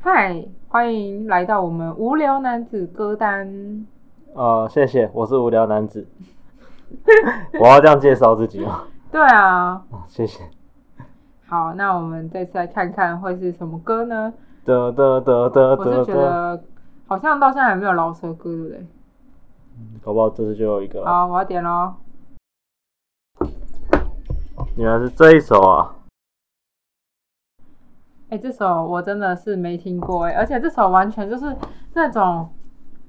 嗨，欢迎来到我们无聊男子歌单。呃，谢谢，我是无聊男子。 我要这样介绍自己吗？对啊，啊谢谢。好，那我们这次来看看会是什么歌呢？得得得得我是得觉得，得好像到现在还没有饶舌歌，对不对？搞不好这次就有一个了。好，我要点喽。原来是这一首啊！哎、这首我真的是没听过哎，而且这首完全就是那种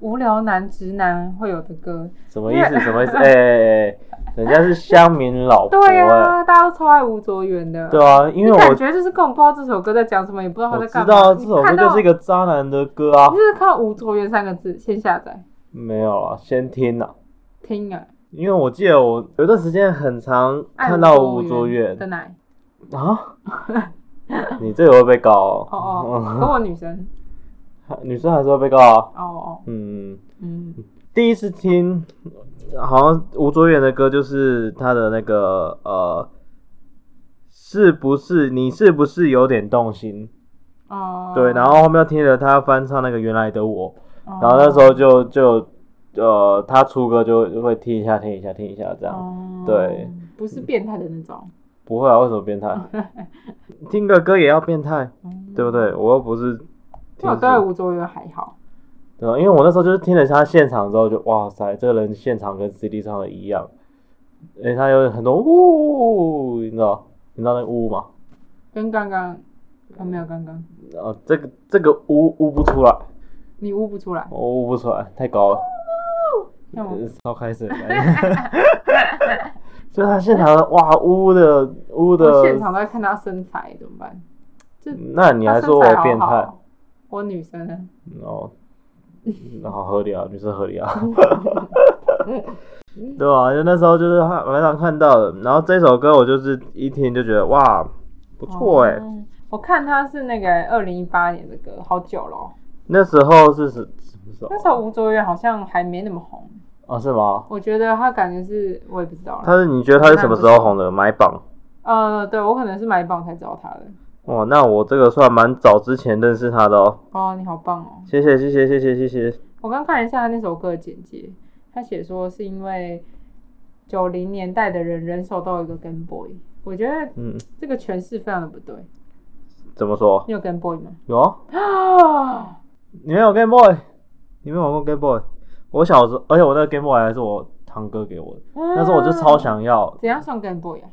无聊男直男会有的歌。什么意思？什么意思？哎、哎哎，人家是乡民老婆对哎、啊，大家都超爱吴卓源的。对啊，因为你感我觉就是根本不知道这首歌在讲什么，也不知道他我在知干嘛。道这首歌就是一个，个渣男的歌啊你。是看到吴卓源三个字先下载没有啊，先听啊。听啊？因为我记得我有一段时间很常爱看到吴卓源源的奶啊， 你这个会被告哦哦 哦，可我女生女生还是会被告啊。哦哦嗯，嗯第一次听好像吴卓源的歌就是他的那个呃，是不是你是不是有点动心？哦对，然后后面又听了他翻唱那个原来的我，然然后那时候就就呃他出歌就会听一下听一下听一下这样。哦对，不是变态的那种，不会啊，为什么 变态？听个歌也要变态，嗯对不？对？我又不是听我是，对吴卓源还好，对啊，因为我那时候就是听了他现场之后就，哇塞，这个人现场跟 CD 唱的一样，而且他有很多呜，你知道，你知道那个呜吗？跟刚刚我没有刚刚然后哦这个这个呜呜不出来，你悟不出来，我呜不出来，太高了，那 我呃烧开水。就是他现场的哇，呜的呜我的，哦现场都在看他身材怎么办？那你还他身说我材好变态？好，我女生呢？哦，然后合理啊，女生合理啊， 对啊，就那时候就是他蛮常看到的，然后这首歌我就是一听就觉得哇 不错哎、哦我看他是那个二零一八年的歌，好久了哦、那时候是什什么时候那？时候吴卓源好像还没那么红，啊是吗？我觉得他感觉是我也不知道了。他是你觉得他是什么时候红的？买榜呃，对我可能是买榜才知道他的。哇，那我这个算蛮早之前认识他的哦，哦，你好棒哦！谢谢谢谢谢谢谢谢，我刚看了一下他那首歌的简介，他写说是因为九零年代的人人手都有一个 Game Boy，我觉得嗯，这个诠释非常的不对。怎么说？你有 Game Boy 吗？有啊，啊，你没有 Game Boy？你没有玩过 Game Boy？我小时候，而且我那个 Game Boy 还是我堂哥给我的，那那时候我就超。想要，怎样算 Game Boy 啊？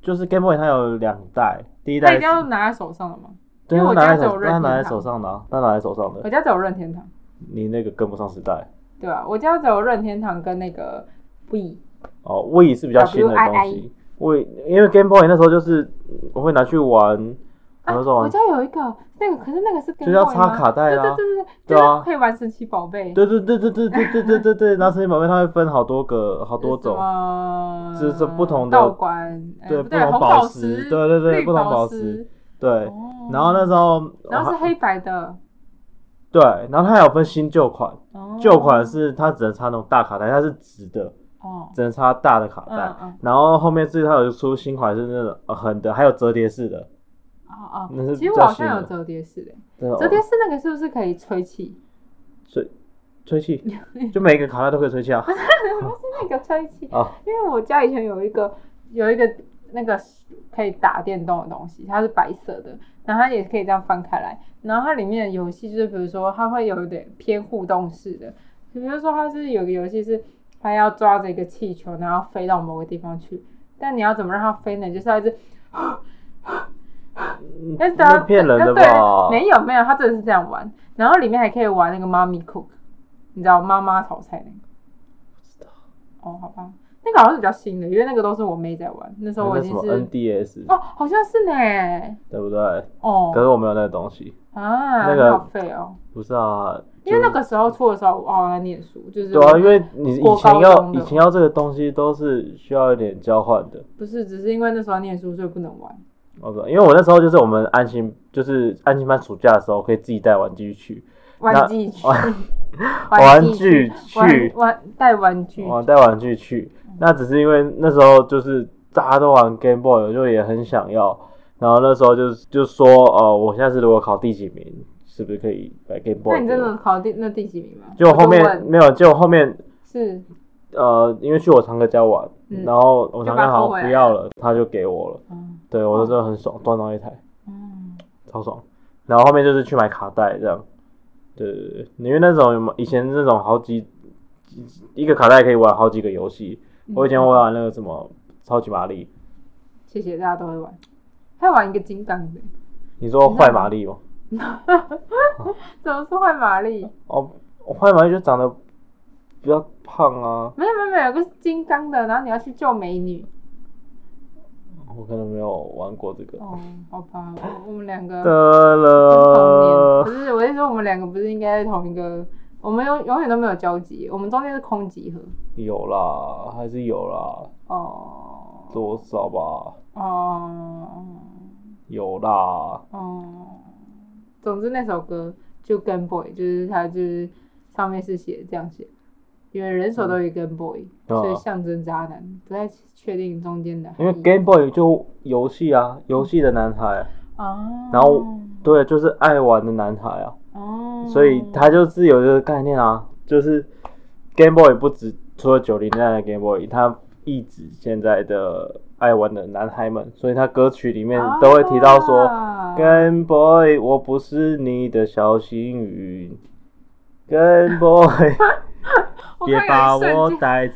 就是 Game Boy 它有两代，第一他代一定要是拿在手上的吗？对，因为它我拿家在只有手，任它拿天在堂手上的啊，它拿在手上我的，家只有任天堂。你那个跟不上时代。对啊，我家只有任天堂跟那个 B。哦，Wii 是比较新的东 WII 西，Wii 因为 Game Boy 那时候就是我会拿去玩，我啊，那时候我玩，家有一个那个，可是那个是 Game 就是要 Boy 插吗卡带啦对对对对，对就啊是可以玩神奇宝贝，对对对对对对对对对对，然后神奇宝贝它会分好多个好多种，种这这不同的道馆，呃对不不同红宝宝石石，对对对绿不同宝宝石石，对。哦然后那时候，然后啊是黑白的，对，然后它还有分新旧款，哦旧款是它只能插那种大卡带，它是直的，哦，只能插大的卡嗯带。嗯然后后面是它有出新款是那种呃横的，还有折叠式的，哦那哦，是其实比我较好像新有的哦折叠式的，真的折叠式那个是不是可以吹气？吹吹气， 就每个卡带都可以吹气啊。那个吹气，啊，因为我家以前有一个有一个那个可以打电动的东西，它是白色的，然后它也可以这样翻开来，然后它里面的游戏就是比如说它会有一点偏互动式的，比如说它是有个游戏是它要抓着一个气球，然后飞到某个地方去，但你要怎么让它飞呢？就是要一直。嗯要是那骗人的吧？对，没有没有，它真的是这样玩，然后里面还可以玩那个妈咪 cook，你知道妈妈炒菜那个？哦，好吧，那个好像是比较新的，因为那个都是我妹在玩，那时候我哎那已什经么嗯是 NDS 哦，好像是呢，对不对？可哦是我没有那个东西，啊，那个好废哦，不是啊，因为那就是个时候出的时候我好像在念书，就是对啊，因为你以国高前要中的以前要这个东西都是需要一点交换的。不是只是因为那时候念书所以不能玩，我不知道，因为我那时候就是我们安心，就是安心班暑假的时候可以自己带玩具去，玩 具区， 玩具去玩玩带玩具，嗯我带玩具去。那只是因为那时候就是大家都玩 Game Boy，我就也很想要，然后那时候就是就说，哦，我下次如果考第几名，是不是可以来 Game Boy？那你真的考第那第几名吗？就后我面就问没有，就后面是呃，因为去我堂哥家玩，嗯然后我堂哥就好把它偷回像来不要了，他就给我了。嗯对我就真的很爽，赚到一台，嗯超爽。然后后面就是去买卡带这样，对对对，因为那种以前那种好几几一个卡带可以玩好几个游戏，嗯我以前会玩那个什么超级玛丽，谢谢大家都会玩，还玩一个金刚的，你说坏玛丽吗？怎么是坏玛丽？哦，坏玛丽就长得比较胖啊，没有没有没有，有个是金刚的，然后你要去救美女。我可能没有玩过这个。哦，好 吧，我我们两个得不了，是，我是说我们两个不是应该在同一个，我们永永远都没有交集，我们中间是空集合。有啦，还是有啦，哦多少吧，哦有啦。哦，总之那首歌就跟 boy，就是它就是上面是写这样写，因为人手都有跟 boy，、嗯所以象征渣男，不太确定中间的含义。因为 Game Boy 就游戏啊，游戏的男孩，啊，然后对，就是爱玩的男孩啊，哦，所以他就是有这个概念啊，就是 Game Boy 不止除了九零年代的 Game Boy，它一指现在的爱玩的男孩们，所以他歌曲里面都会提到说、啊 Game Boy，我不是你的小幸运，Game Boy，我别刚把刚有一瞬我间带。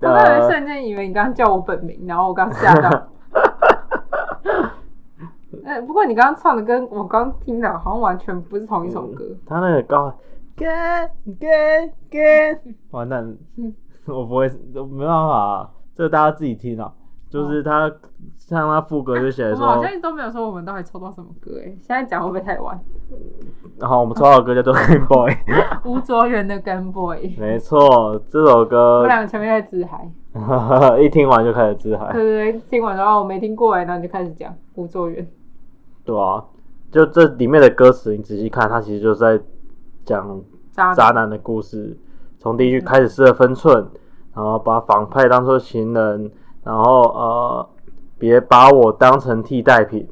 我刚才瞬间以为你刚刚叫我本名，然后我刚吓 到。呃，不过你刚刚唱的跟我刚听的好像完全不是同一首歌。他那个高跟跟 跟，完蛋嗯，我不会，我没办法、啊，这大家自己听啊。就是他，像他副歌就写我们好说，像都没有说我们到底抽到什么歌哎、现在讲会不会太 晚？然后我们抽到的歌叫做《Game Boy》， 吴卓源的《跟 Boy》，没错，这首我歌 们两个前面在自嗨，一听完就开始自嗨，对对对，听完之后我没听过哎、然后你就开始讲吴卓源。对啊，就这里面的歌词，你仔细看，它其实就是在讲渣渣男的故事，从第一句开始试的分寸，然后把反派当做情人，然后呃，别把我当成替代品，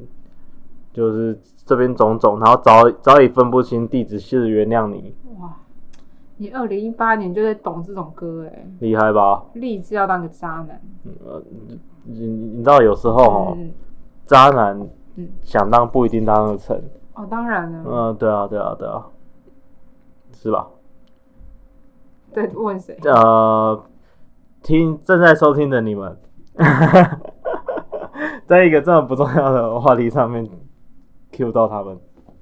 就是这边种种，然后早早已分不清地址，是原谅你，哇，你二零一八年就在懂这种歌哎、厉害吧？立志要当个渣男。呃，你你知道有时候哦，嗯，渣男嗯想当不一定当得成，哦，当然了，嗯、对啊，对啊，对啊，是吧？对，问谁？呃，听正在收听的你们，在一个这么不重要的话题上面 Q 到他们，